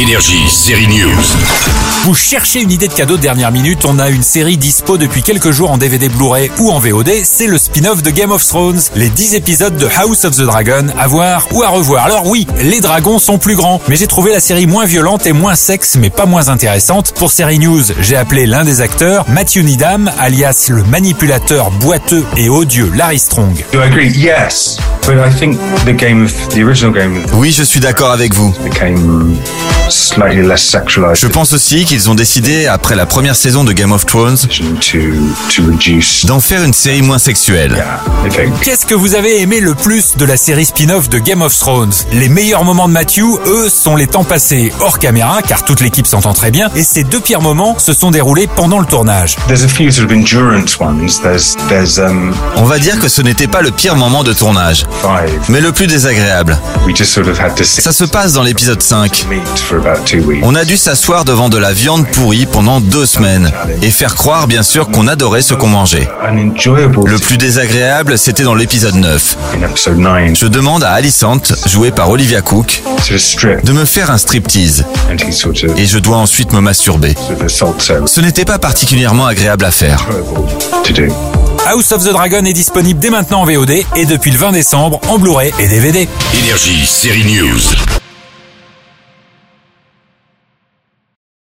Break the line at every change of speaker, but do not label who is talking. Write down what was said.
Énergie, série news.
Vous cherchez une idée de cadeau de dernière minute On a une série dispo depuis quelques jours en DVD Blu-ray ou en VOD, c'est le spin-off de Game of Thrones, les 10 épisodes de House of the Dragon à voir ou à revoir. Alors oui, les dragons sont plus grands, mais j'ai trouvé la série moins violente et moins sexe, mais pas moins intéressante. Pour série news, j'ai appelé l'un des acteurs, Matthew Needham, alias le manipulateur boiteux et odieux Larry Strong.
Do I agree? Yes, but I think the game of the original game
Oui, je suis d'accord avec vous.
became slightly less sexualized
Je pense aussi qu'ils ont décidé, après la première saison de Game of Thrones,
decision to to reduce.
d'en faire une série moins sexuelle.
Yeah, I think.
Qu'est-ce que vous avez aimé le plus de la série spin-off de Game of Thrones Les meilleurs moments de Matthew, eux, sont les temps passés hors caméra, car toute l'équipe s'entend très bien, et ces deux pires moments se sont déroulés pendant le tournage.
There's a few sort of endurance ones. There's there's um
On va dire que ce n'était pas le pire moment de tournage,
five.
mais le plus désagréable.
We just sort of had to sit
Ça se passe dans l'épisode 5.
meet for about two weeks.
On a dû s'asseoir devant de la viande pourrie pendant deux semaines et faire croire bien sûr qu'on adorait ce qu'on mangeait.
Unenjoyable.
Le plus désagréable, c'était dans l'épisode 9.
in episode nine,
Je demande à Alicent, jouée par Olivia Cook,
sort of strip,
de me faire un striptease
and he sort of
et je dois ensuite me masturber.
sort of assaults her.
Ce n'était pas particulièrement agréable à faire.
Enjoyable to do.
House of the Dragon est disponible dès maintenant en VOD et depuis le 20 décembre en Blu-ray et DVD.
Énergie, série news.